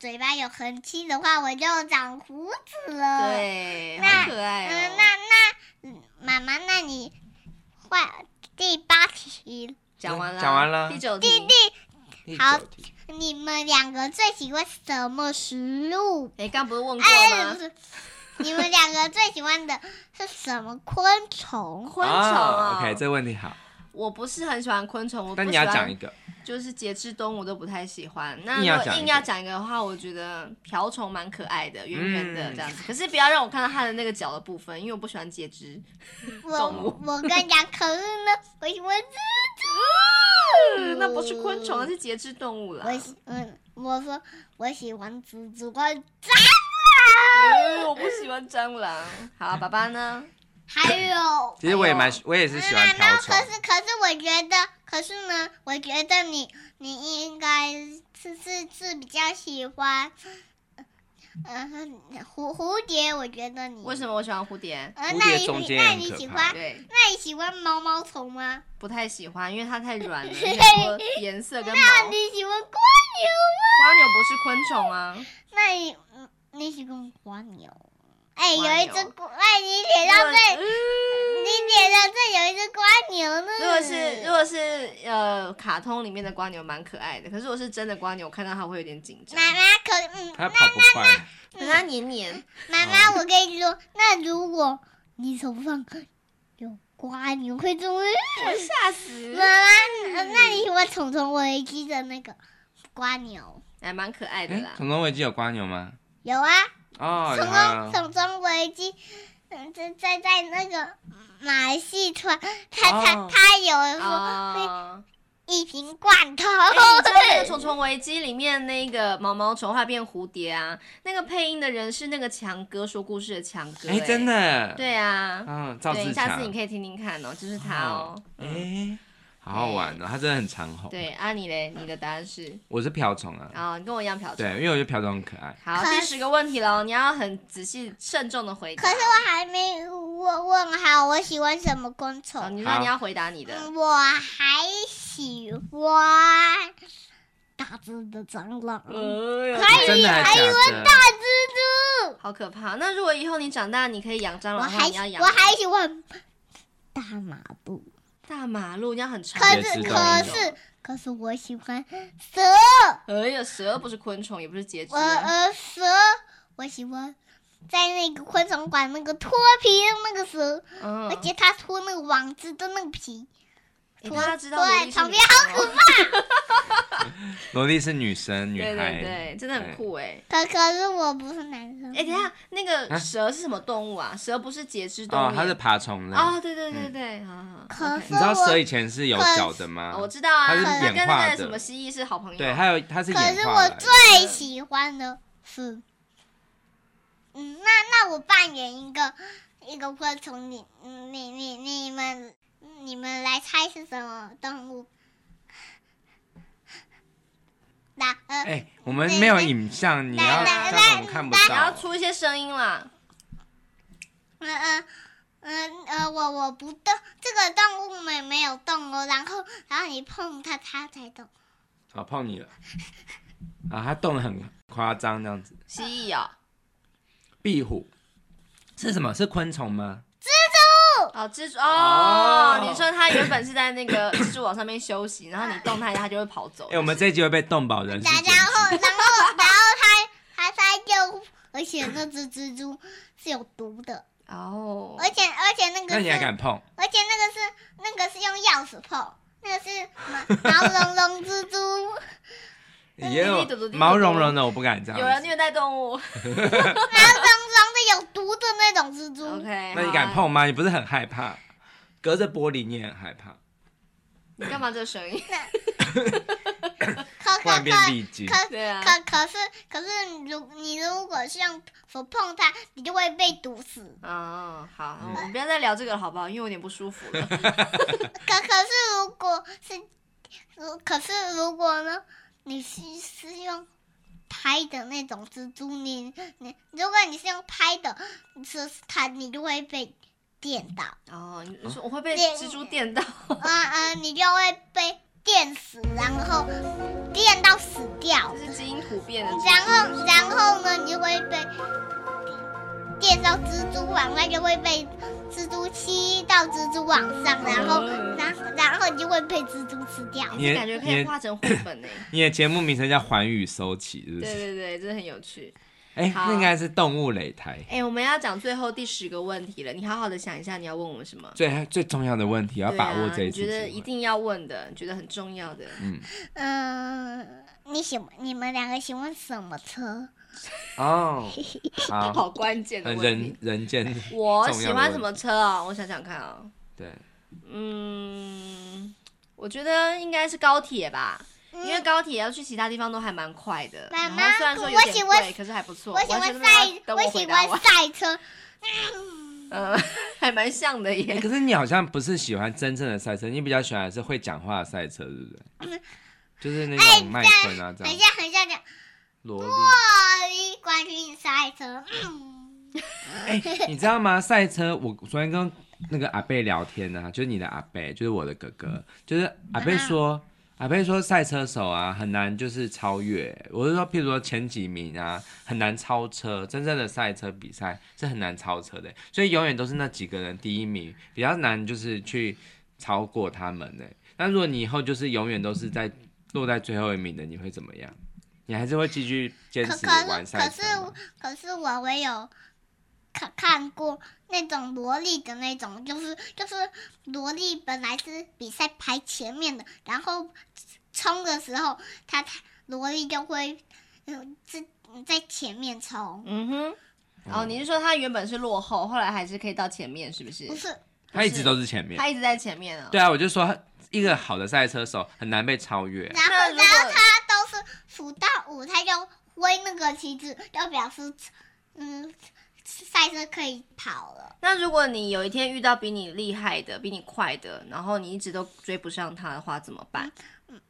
Speaker 3: 嘴巴有痕迹的话，我就长胡子了。，
Speaker 1: 对，
Speaker 3: 那
Speaker 1: 好可爱
Speaker 3: 嗯，
Speaker 1: 哦。
Speaker 3: 那那嗯妈妈，那你换第八题
Speaker 1: 讲完了，
Speaker 2: 讲完了
Speaker 1: 第九题，
Speaker 2: 第
Speaker 3: 好
Speaker 2: 九题
Speaker 3: 你们两个最喜欢什么食物？
Speaker 1: 哎，刚不是问过
Speaker 3: 哎，不
Speaker 1: 吗？
Speaker 3: 是，你们两个最喜欢的是什么昆虫？
Speaker 1: 昆虫啊
Speaker 2: 哦 OK，这个问题好。
Speaker 1: 我不是很喜欢昆虫，我不
Speaker 2: 那
Speaker 1: 喜欢
Speaker 2: 你要讲一个，
Speaker 1: 就是节肢动物都不太喜欢。那
Speaker 2: 硬要
Speaker 1: 如果
Speaker 2: 讲一个
Speaker 1: 硬要讲一个的话，我觉得瓢虫蛮可爱的，圆圆的
Speaker 2: 嗯
Speaker 1: 这样子。可是不要让我看到它的那个脚的部分，因为我不喜欢截肢。
Speaker 3: 我
Speaker 1: 动物
Speaker 3: 我跟你讲，可是呢，我喜欢蜘蛛。
Speaker 1: 那不是昆虫，那是节肢动物啦。
Speaker 3: 我
Speaker 1: (laughs)
Speaker 3: 喜嗯，我说我喜欢蜘蛛，我
Speaker 1: 嗯我不喜欢蟑螂。好，爸爸呢？
Speaker 3: 还有，
Speaker 2: 其实我也蛮，我也是喜欢
Speaker 3: 妈
Speaker 2: 瓢
Speaker 3: 妈，
Speaker 2: 虫
Speaker 3: 可。是可是我觉得，可是呢，我觉得你你应该是是是比较喜欢，嗯、蝴蝴蝶，我觉得你
Speaker 1: 为什？么我喜欢蝴蝶？
Speaker 3: 呃，
Speaker 2: 蝴
Speaker 3: 那
Speaker 2: 蝶
Speaker 3: 你
Speaker 2: 中
Speaker 3: 喜
Speaker 2: 间
Speaker 3: 那
Speaker 2: 很
Speaker 3: 你
Speaker 2: 可
Speaker 3: 喜
Speaker 2: 怕
Speaker 3: 欢
Speaker 1: 对，
Speaker 3: 那你喜欢毛毛虫吗？
Speaker 1: 不太喜欢，因为它太软了，有很多颜色跟毛。
Speaker 3: (laughs) 那
Speaker 1: 蜗
Speaker 3: 你嗯喜欢蜗牛吗？
Speaker 1: 牛不是昆虫啊，
Speaker 3: 那你嗯你喜欢蜗牛？哎，
Speaker 1: 蜗
Speaker 3: 有一
Speaker 1: 牛
Speaker 3: 只蜗，哎，你脸上
Speaker 1: 如
Speaker 3: 这，
Speaker 1: 果
Speaker 3: 你脸上这有一只蜗牛呢。
Speaker 1: 如果是如果是呃，卡通里面的蜗牛蛮可爱的，可是我是真的蜗牛，我看到它会有点紧张，
Speaker 3: 妈妈可嗯，
Speaker 2: 它跑不快，
Speaker 1: 可是它黏黏，
Speaker 3: 妈妈，
Speaker 1: 哦
Speaker 3: 我跟你说，那如果你手上有瓜，你会怎么？
Speaker 1: 我吓死
Speaker 3: 妈。妈，呃那你喜欢《虫虫危机》的那个瓜牛？
Speaker 1: 还蛮可爱的
Speaker 2: 哎，
Speaker 1: 啦。
Speaker 2: 虫虫危机有蜗牛吗？
Speaker 3: 有啊，
Speaker 2: 哦，
Speaker 3: 《
Speaker 2: 有
Speaker 3: 虫
Speaker 2: 啊
Speaker 3: 虫虫虫危机》嗯，在在在那个马来西亚，他他
Speaker 2: 哦
Speaker 3: 他有说
Speaker 1: 哦，
Speaker 3: 一瓶罐头，
Speaker 1: 哎你知道那个《虫虫危机》里面那个毛毛虫后来变蝴蝶啊，那个配音的人是那个强哥说故事的强哥、
Speaker 2: 哎，真。的，
Speaker 1: 对啊，
Speaker 2: 嗯，赵
Speaker 1: 对，
Speaker 2: 自
Speaker 1: 下次你
Speaker 2: 强
Speaker 1: 可，以听听看哦，就是他哦。嗯，
Speaker 2: 哎，好好玩哦，它真的很长吼。
Speaker 1: 对，啊你嘞，你的答案是
Speaker 2: 我是瓢虫啊，
Speaker 1: 啊、你跟我一样瓢虫
Speaker 2: 对。，因为我觉得瓢虫很可爱。
Speaker 1: 好，
Speaker 3: 可
Speaker 1: 第
Speaker 3: 是
Speaker 1: 十个问题喽，你要很仔细慎重的回答。
Speaker 3: 可是我还没问问好，我喜欢什么昆
Speaker 1: 哦，
Speaker 3: 虫？
Speaker 1: 你说
Speaker 2: 好
Speaker 1: 你要回答你的，
Speaker 3: 嗯我还喜欢大只的蟑螂。
Speaker 1: 呃，
Speaker 3: 还以
Speaker 2: 真的还假的？
Speaker 3: 蜘蛛，
Speaker 1: 好可怕。那如果以后你长大，你可以养蟑
Speaker 3: 我
Speaker 1: 螂的
Speaker 3: 还
Speaker 1: 哦话，你
Speaker 3: 喜
Speaker 1: 要养
Speaker 3: 我还喜欢大马路，
Speaker 1: 大马路，你要很长
Speaker 3: 可
Speaker 1: 的
Speaker 2: 也
Speaker 3: 是
Speaker 1: 那
Speaker 2: 知
Speaker 1: 种。
Speaker 2: 道
Speaker 3: 可
Speaker 2: 你
Speaker 3: 是可是我喜欢蛇，
Speaker 1: 哎呀，蛇不是昆虫，也不是节肢
Speaker 3: 我
Speaker 1: 啊，
Speaker 3: 呃蛇，我喜欢在那个昆虫馆那个脱皮的那个蛇，
Speaker 1: 嗯
Speaker 3: 而，且它脱那个网子的那个皮，
Speaker 1: 诶
Speaker 3: 脱
Speaker 1: 大家知道
Speaker 3: 脱
Speaker 1: 萝
Speaker 3: 在
Speaker 1: 莉是
Speaker 3: 旁
Speaker 1: 女
Speaker 3: 边
Speaker 1: 生哦
Speaker 2: 萝莉是女生，女
Speaker 1: 对
Speaker 2: 孩。
Speaker 1: 对对，真的很酷哎。
Speaker 3: 可可是我不是男生。
Speaker 1: 哎，等一下，那个
Speaker 2: 啊
Speaker 1: 蛇是什么动物啊？蛇不是节肢动物
Speaker 2: 哦，
Speaker 1: 耶，
Speaker 2: 它是爬虫类。
Speaker 1: 哦，对对对对，好好。
Speaker 3: 可
Speaker 1: OK
Speaker 3: 是
Speaker 2: 你知道蛇以前是有脚的
Speaker 1: 哦
Speaker 2: 吗？
Speaker 1: 我知道啊，
Speaker 2: 它是
Speaker 1: 它跟
Speaker 2: 演
Speaker 1: 那
Speaker 2: 化
Speaker 1: 个
Speaker 2: 的
Speaker 1: 什么蜥蜴是好朋友。
Speaker 2: 对，还有它是
Speaker 3: 可
Speaker 2: 演
Speaker 3: 是
Speaker 2: 化
Speaker 3: 我
Speaker 2: 来的
Speaker 3: 最喜欢的是，嗯，那那我扮演一个一个昆虫，你你你你们你们来猜是什么动物？那呃，
Speaker 2: 哎，我们没有影像，你要
Speaker 3: 来来
Speaker 2: 这
Speaker 3: 来
Speaker 2: 样我们看不
Speaker 3: 来
Speaker 1: 你要
Speaker 2: 到。
Speaker 1: 出一些声音啦。
Speaker 3: 嗯嗯嗯呃，我我不动，这个动物没没有动哦，然后然后你碰它，它才动。
Speaker 2: 好，哦碰你了。啊，它动得很夸张，这样子。
Speaker 1: 蜥蜴哦，
Speaker 2: 壁虎是什么？是昆虫吗？
Speaker 1: 哦，蜘蛛
Speaker 2: 哦
Speaker 1: 哦，你说它原本是在那个蜘蛛网上面休息，然后你动它一下，它就会跑走
Speaker 2: 哎、。我们这一集会被动保人士
Speaker 3: 然
Speaker 2: 检
Speaker 3: 然
Speaker 2: 举。
Speaker 3: 后然后然后它它它就，而且那只蜘蛛是有毒的。
Speaker 1: 哦，
Speaker 3: 而且而且那个
Speaker 2: 那你还
Speaker 3: 是
Speaker 2: 敢碰？
Speaker 3: 而且那个是那个是用钥匙碰，那个是毛茸茸蜘蛛，
Speaker 2: 也
Speaker 1: 嘟嘟
Speaker 2: 有
Speaker 1: 嘟嘟嘟嘟
Speaker 2: 毛茸茸的，我不敢这
Speaker 1: 有人
Speaker 2: 样子。
Speaker 1: 虐待动
Speaker 3: 哎
Speaker 1: 物。
Speaker 3: 毛茸茸的有毒的那种蜘蛛。
Speaker 1: OK，
Speaker 2: 那你
Speaker 1: 好
Speaker 2: 敢
Speaker 1: 啊？
Speaker 2: 碰吗？你不是很害怕？隔着玻璃你也很害怕，
Speaker 1: 你干嘛这声音？
Speaker 3: 可
Speaker 2: 突
Speaker 3: 可
Speaker 2: 然变
Speaker 3: 可
Speaker 2: 痢疾。
Speaker 3: 可
Speaker 1: 对啊，
Speaker 3: 可可是可是你如你如果是用手碰它，你就会被毒死。
Speaker 1: 嗯，好，我们不要再聊这个了，好不好？因为我有点不舒服了。
Speaker 3: 可可是如果是如可是如果呢，你是是用。拍的那种蜘蛛，你你如果你是用拍的，是它你就会被电到。
Speaker 1: 哦，
Speaker 2: 啊
Speaker 1: 你说我会被
Speaker 3: 电
Speaker 1: 蜘蛛电到，
Speaker 3: 嗯嗯，你就会被电死，然后电到死掉
Speaker 1: 这，是基因突变的蜘蛛。
Speaker 3: 然后然后呢，你就会被电到蜘蛛网外，就会被蜘蛛吸到蜘蛛网上，然后
Speaker 1: 嗯
Speaker 3: 然后然后你就会被蜘蛛吃掉。
Speaker 1: 你感觉可以画成绘本
Speaker 2: (laughs)
Speaker 1: 呢。
Speaker 2: 你的节目名称叫《环宇搜奇》，是不
Speaker 1: 对
Speaker 2: 是？
Speaker 1: 对对，真的很有趣。
Speaker 2: 哎、
Speaker 1: 好
Speaker 2: 那应该是动物擂台。
Speaker 1: 哎，我们要讲最后第十个问题了，你好好的想一下，你要问我们什么？
Speaker 2: 最最重要的问题，要
Speaker 1: 对
Speaker 2: 把握
Speaker 1: 啊，
Speaker 2: 这一
Speaker 1: 你
Speaker 2: 次机
Speaker 1: 觉得
Speaker 2: 会。
Speaker 1: 一定要问的，你觉得很重要的。
Speaker 2: 嗯，
Speaker 3: 嗯，你喜欢你们两个喜欢什么车？
Speaker 1: (laughs)
Speaker 2: 哦，好，
Speaker 1: 好关键的
Speaker 2: 很
Speaker 1: 问
Speaker 2: 人
Speaker 1: 题。
Speaker 2: 人间，
Speaker 1: 我
Speaker 2: 重要
Speaker 1: 喜
Speaker 2: 的
Speaker 1: 欢
Speaker 2: 问
Speaker 1: 什么车啊、我想想看啊、
Speaker 2: 对，
Speaker 1: 嗯，我觉得应该是高铁吧，因为高铁要去其他地方都还蛮快的。
Speaker 3: 嗯妈妈
Speaker 1: 然后虽然说有
Speaker 3: 我喜
Speaker 1: 点
Speaker 3: 欢
Speaker 1: 欢，可是还不错。
Speaker 3: 我喜
Speaker 1: 完
Speaker 3: 欢
Speaker 1: 全都没有 (laughs) 等我
Speaker 3: 赛，我喜
Speaker 1: 回答
Speaker 3: 欢
Speaker 1: 完。
Speaker 3: 赛车。
Speaker 1: 呃，还蛮像的
Speaker 2: 欸
Speaker 1: 耶。
Speaker 2: 可是你好像不是喜欢真正的赛车，你比较喜欢的是会讲话的赛车，对不对？
Speaker 1: 嗯
Speaker 2: 就是那
Speaker 1: 哎
Speaker 2: 种麦昆啊， (laughs) 这
Speaker 3: 很
Speaker 2: 样
Speaker 3: 像很像的
Speaker 2: 萝莉。啊
Speaker 3: 玻璃冠军赛车，嗯，
Speaker 2: 哎、你知道吗？赛车，我昨天跟那个阿贝聊天呢、就是你的阿贝，就是我的哥哥，就是阿贝
Speaker 3: 嗯
Speaker 2: 说，阿贝说赛车手啊很难就是超越，我是说，譬如说前几名啊很难超车，真正的赛车比赛是很难超车的，所以永远都是那几个人第一名，比较难就是去超过他们呢。那如果你以后就是永远都是在落在最后一名的，你会怎么样？你还是会继续坚
Speaker 3: 可
Speaker 2: 持
Speaker 3: 可
Speaker 2: 玩
Speaker 3: 是
Speaker 2: 赛
Speaker 3: 可
Speaker 2: 车
Speaker 3: 是
Speaker 2: 吗
Speaker 3: 我可是我我有看看过那种萝莉的那种，就是就是萝莉本来是比赛排前面的，然后冲的时候，她她萝莉就会嗯自在前面冲，
Speaker 1: 嗯哼，哦，你是说他原本是落后，后来还是可以到前面，是不是
Speaker 3: 不？是
Speaker 2: 他一直都是前面。
Speaker 1: 他一直在前面哦。
Speaker 2: 对啊，我就说一个好的赛车手很难被超越。
Speaker 3: 然后
Speaker 1: 那如
Speaker 3: 然后
Speaker 1: 果
Speaker 3: 他都是数到五，他就挥那个旗子，就表示嗯赛车可以跑了。
Speaker 1: 那如果你有一天遇到比你厉害的、比你快的，然后你一直都追不上他的话，怎么办？
Speaker 2: 嗯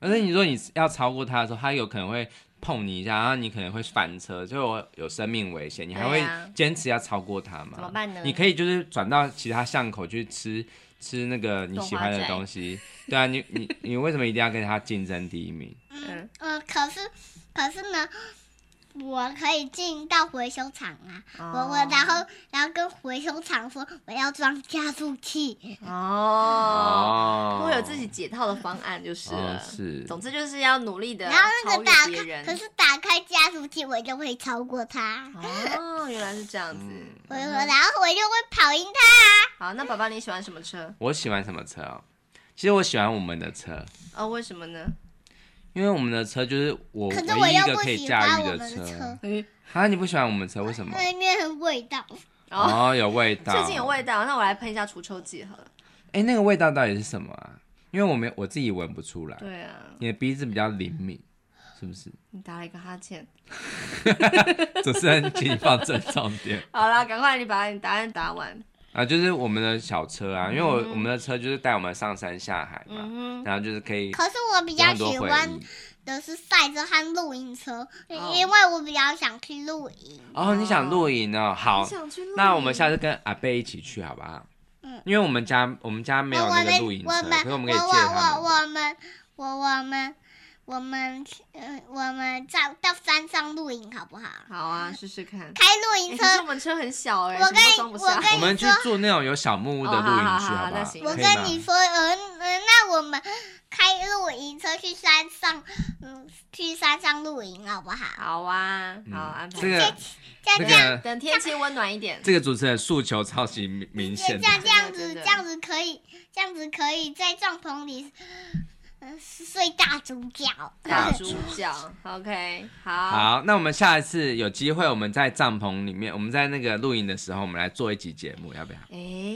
Speaker 2: 而且你说你要超过他的时候，他有可能会碰你一下，然后你可能会翻车，就有有生命危险。你还
Speaker 1: 对
Speaker 2: 会
Speaker 1: 啊
Speaker 2: 坚持要超过他吗？
Speaker 1: 怎么办呢
Speaker 2: 你可以就是转到其他巷口去吃吃那个你喜欢
Speaker 1: 豆
Speaker 2: 的
Speaker 1: 花仔
Speaker 2: 东西。对啊，你 (laughs) 你你为什么一定要跟他竞争第一名？
Speaker 1: 嗯
Speaker 3: 嗯嗯，可是可是呢，我可以进到回收厂啊。我我
Speaker 1: 哦
Speaker 3: 然后然后跟回收厂说我要装加速器，
Speaker 1: 哦，
Speaker 2: 哦
Speaker 1: 会有自己解套的方案就是了。
Speaker 2: 哦是
Speaker 1: 总之就是要努力的
Speaker 3: 然后那
Speaker 1: 超
Speaker 3: 个打
Speaker 1: 越别
Speaker 3: 开，可
Speaker 1: 人。
Speaker 3: 是打开加速器我就会超过他，
Speaker 1: 哦，原来是这样子。
Speaker 2: 嗯
Speaker 3: 我我然后我就会跑赢他。
Speaker 1: 好，那爸爸你喜欢什么车？
Speaker 2: 我喜欢什么车哦？其实我喜欢我们的车，
Speaker 1: 哦，为什么呢？
Speaker 2: 因为我们的车就是我唯
Speaker 3: 可是我
Speaker 2: 一一
Speaker 3: 又
Speaker 2: 个
Speaker 3: 不
Speaker 2: 可以
Speaker 3: 喜
Speaker 2: 驾
Speaker 3: 欢
Speaker 2: 驭
Speaker 3: 我们
Speaker 2: 的
Speaker 3: 的
Speaker 2: 车
Speaker 3: 车。，
Speaker 1: 嗯，
Speaker 2: 啊，你不喜欢我们车，为什么？
Speaker 3: 因为很味道。
Speaker 1: 哦，
Speaker 2: 哦，有味道，
Speaker 1: (laughs) 最近有。味道，那我来喷一下除臭剂好了。
Speaker 2: 哎、那个味道到底是什么啊？因为我没我自己闻不出来。
Speaker 1: 对啊，
Speaker 2: 你的鼻子比较灵敏，是不是？
Speaker 1: 你打了一个哈欠。
Speaker 2: 主持人， (laughs) 请你放正重点
Speaker 1: 好啦，赶快你把你答案答完。
Speaker 2: 啊！就是我们的小车啊，因为我、
Speaker 1: 嗯
Speaker 2: 我们的车就是带我们上山下海嘛，
Speaker 1: 嗯哼，
Speaker 2: 然后就是可以
Speaker 3: 可是我比
Speaker 2: 有
Speaker 3: 较
Speaker 2: 很多
Speaker 3: 喜
Speaker 2: 回
Speaker 3: 欢
Speaker 2: 忆。
Speaker 3: 的是赛车和露营车，
Speaker 1: 哦
Speaker 3: 因为我比较想去露营。
Speaker 2: 哦，你想露营哦？好
Speaker 1: 你，想去露
Speaker 2: 那我们
Speaker 1: 营
Speaker 2: 下次跟阿贝一起去好不好？
Speaker 3: 嗯
Speaker 2: 因为我们家我们家没有
Speaker 3: 我
Speaker 2: 那
Speaker 3: 们
Speaker 2: 个露营车，
Speaker 3: 我
Speaker 2: 所以我们可以
Speaker 3: 我
Speaker 2: 借他
Speaker 3: 我
Speaker 2: 们的。
Speaker 3: 我我们我我们我们嗯我们到到山上露营好不好？
Speaker 1: 好啊，试试看。
Speaker 3: 开露
Speaker 1: 欸
Speaker 3: 营车
Speaker 1: 可，是我们车很小哎、
Speaker 3: 我
Speaker 1: 什么都装不
Speaker 3: 跟我
Speaker 1: 下。
Speaker 3: 跟
Speaker 2: 我们去住那种有小木屋的露
Speaker 1: 哦
Speaker 2: 营
Speaker 1: 好好
Speaker 2: 区，
Speaker 1: 好好
Speaker 2: 不好
Speaker 1: 那？行
Speaker 3: 我
Speaker 2: 可以
Speaker 3: 跟
Speaker 2: 吗
Speaker 3: 你说，嗯嗯，那我们开露营车去山上，嗯，去山上露营好不好？
Speaker 1: 好啊，
Speaker 2: 嗯
Speaker 1: 好安排。
Speaker 2: 这个
Speaker 3: 这样
Speaker 2: 那
Speaker 3: 这样。
Speaker 2: 个
Speaker 1: 等天气温暖一点，
Speaker 2: 这个主持人诉求超级明明
Speaker 3: 这
Speaker 2: 显的，
Speaker 3: 样这样
Speaker 1: 真
Speaker 3: 子，
Speaker 1: 的
Speaker 3: 这样子可以，这样子可以在帐篷里，嗯、睡大猪觉。
Speaker 1: 大
Speaker 2: 大
Speaker 1: 主角。OK，好。
Speaker 2: 好，那我们下一次有机会，我们在帐篷里面，我们在那个露营的时候，我们来做一集节目，要不要？
Speaker 1: 哎、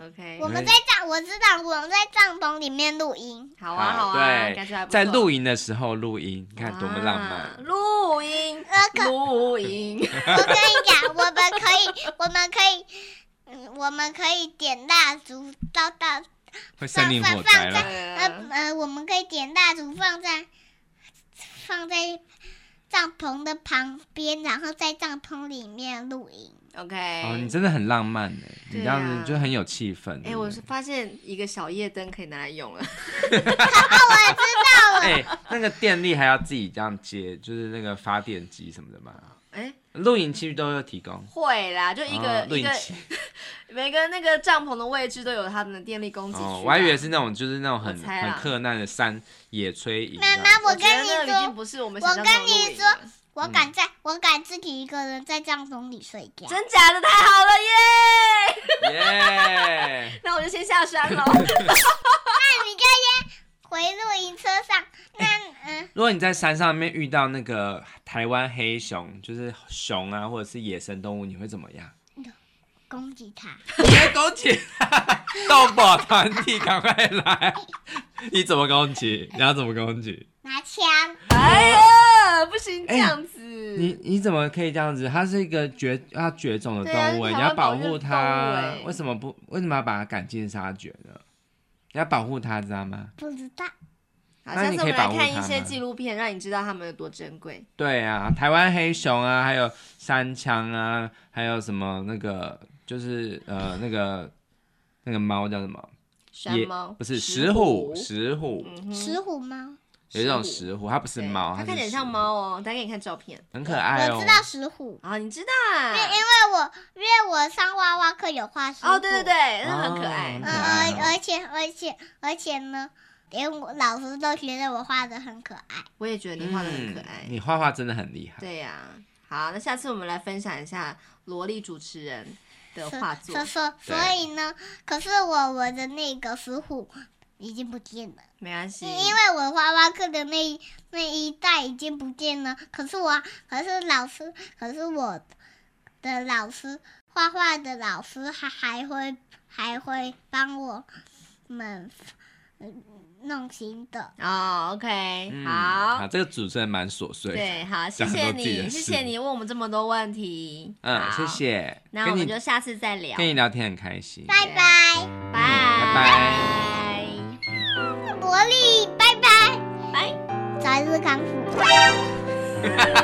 Speaker 1: o k
Speaker 3: 我们在帐，我知道我们在帐篷里面录音， (laughs)
Speaker 1: 好啊，好啊，感觉还
Speaker 2: 对，
Speaker 1: 不错。
Speaker 2: 在露营的时候录音，你看多么浪
Speaker 1: 啊
Speaker 2: 漫。
Speaker 1: 露营，露营，
Speaker 3: 我跟你讲，我们可以，我们可以，嗯，我们可以点蜡烛，到到，
Speaker 2: 会森林火灾了，
Speaker 3: 呃
Speaker 1: 对
Speaker 3: 呃，我们可以点蜡烛放在放在帐篷的旁边，然后在帐篷里面露营。
Speaker 1: OK。
Speaker 2: 哦，你真的很浪漫哎，
Speaker 1: 对
Speaker 2: 你
Speaker 1: 啊
Speaker 2: 这样子就很有气氛。对不
Speaker 1: 哎、
Speaker 2: 对
Speaker 1: 我是发现一个小夜灯可以拿来用了。
Speaker 2: 哎，那个电力还要自己这样接，就是那个发电机什么的嘛。
Speaker 1: 哎、
Speaker 2: 露营区都有提供，
Speaker 1: 会啦，就一个、
Speaker 2: 哦露
Speaker 1: 一
Speaker 2: 营
Speaker 1: 个
Speaker 2: 区
Speaker 1: 每个那个帐篷的位置都有他们的电力供给区、啊
Speaker 2: 哦，我还以为是。那种就是那种很
Speaker 1: 我猜啦
Speaker 2: 很克难的山野炊营这
Speaker 3: 妈
Speaker 2: 样子。
Speaker 3: 妈，我
Speaker 1: 我
Speaker 3: 跟
Speaker 1: 觉得那
Speaker 3: 你
Speaker 1: 已经
Speaker 3: 说，
Speaker 1: 不嗯是我们
Speaker 3: 我
Speaker 1: 想象中的
Speaker 3: 跟你
Speaker 1: 露营
Speaker 3: 说
Speaker 1: 了
Speaker 3: 我敢在，我敢自己一个人在帐篷里睡觉。
Speaker 1: 真假的太好了耶！
Speaker 2: 耶！
Speaker 1: 那我就先下山 (laughs) 喽。
Speaker 3: 你今天回露营车上，那嗯，
Speaker 2: 如果你在山上面遇到那个台湾黑熊，就是熊啊，或者是野生动物，你会怎么样？
Speaker 3: 攻击他。
Speaker 2: 你会攻 (laughs) 击？动保团体赶快来！你怎么攻击？你要怎么攻击？
Speaker 3: 拿枪，
Speaker 1: 哎呀，不行这
Speaker 2: 哎呀
Speaker 1: 样子。
Speaker 2: 你你怎么可以这样子？它是一个绝要绝种的
Speaker 1: 对啊
Speaker 2: 动物，
Speaker 1: 台
Speaker 2: 你
Speaker 1: 湾
Speaker 2: 要保
Speaker 1: 保育
Speaker 2: 护
Speaker 1: 的动物，
Speaker 2: 它
Speaker 1: 欸
Speaker 2: 为什么不为什么要把它赶尽杀绝呢？你要保护它，知道吗？
Speaker 3: 不知道，
Speaker 1: 好，
Speaker 2: 那
Speaker 1: 下
Speaker 2: 你
Speaker 1: 次
Speaker 2: 可
Speaker 1: 我
Speaker 2: 以
Speaker 1: 们来
Speaker 2: 保护
Speaker 1: 看
Speaker 2: 它
Speaker 1: 一些
Speaker 2: 吗
Speaker 1: 纪录片，让你知道它们有多珍贵。
Speaker 2: 对啊，台湾黑熊啊，还有山枪啊，还有什么那个就是呃那个那个猫叫什么？
Speaker 1: 山
Speaker 2: 野
Speaker 1: 猫
Speaker 2: 不是
Speaker 1: 石
Speaker 2: 石虎，石虎
Speaker 1: 嗯哼
Speaker 3: 石虎吗？
Speaker 2: 有一种
Speaker 1: 石
Speaker 2: 石虎，它不是
Speaker 1: 对
Speaker 2: 猫，
Speaker 1: 嗯它
Speaker 2: 是
Speaker 1: 看起来像
Speaker 2: 石虎，
Speaker 1: 猫哦。等下给你看照片
Speaker 2: 很可爱哦。
Speaker 3: 我知道石虎，
Speaker 1: 啊，你知道
Speaker 3: 因
Speaker 1: 啊
Speaker 3: 为因为我因为我上娃娃课哎有画石虎。
Speaker 1: 哦，对对对，它很可
Speaker 2: 哦
Speaker 1: 爱
Speaker 2: 很。可爱
Speaker 3: 呃，
Speaker 2: 哦
Speaker 3: 而而且而且而且呢，连我老师都觉得我画的很可爱。
Speaker 1: 我也觉得你画的很可爱。
Speaker 2: 嗯你画画真的很厉害。
Speaker 1: 对呀、好，那下次我们来分享一下萝莉主持人的画作
Speaker 3: 所。所所
Speaker 2: 对
Speaker 3: 以呢，可是我我的那个石虎已经不见了，
Speaker 1: 没关系，
Speaker 3: 因为我画画课的那一那一袋已经不见了。可是我可是老师，可是我的老师画画的老师还还会还会帮我们嗯弄新的。
Speaker 1: 哦，OK，、
Speaker 2: 嗯
Speaker 1: 好，
Speaker 2: 好，这个主持人蛮琐碎。
Speaker 1: 对，好，谢
Speaker 2: 讲很
Speaker 1: 谢
Speaker 2: 多自己的
Speaker 1: 你，谢
Speaker 2: 事
Speaker 1: 谢你问我们这么多问题。
Speaker 2: 嗯，
Speaker 1: 好
Speaker 2: 谢。谢。
Speaker 1: 那
Speaker 2: 跟
Speaker 1: 我们
Speaker 2: 你
Speaker 1: 就下次再聊，
Speaker 2: 跟你聊天很开心。
Speaker 3: 拜
Speaker 1: 对
Speaker 3: 拜，
Speaker 1: 拜
Speaker 2: 拜
Speaker 3: 萝莉，拜拜，
Speaker 1: 拜拜。
Speaker 3: 早日康复。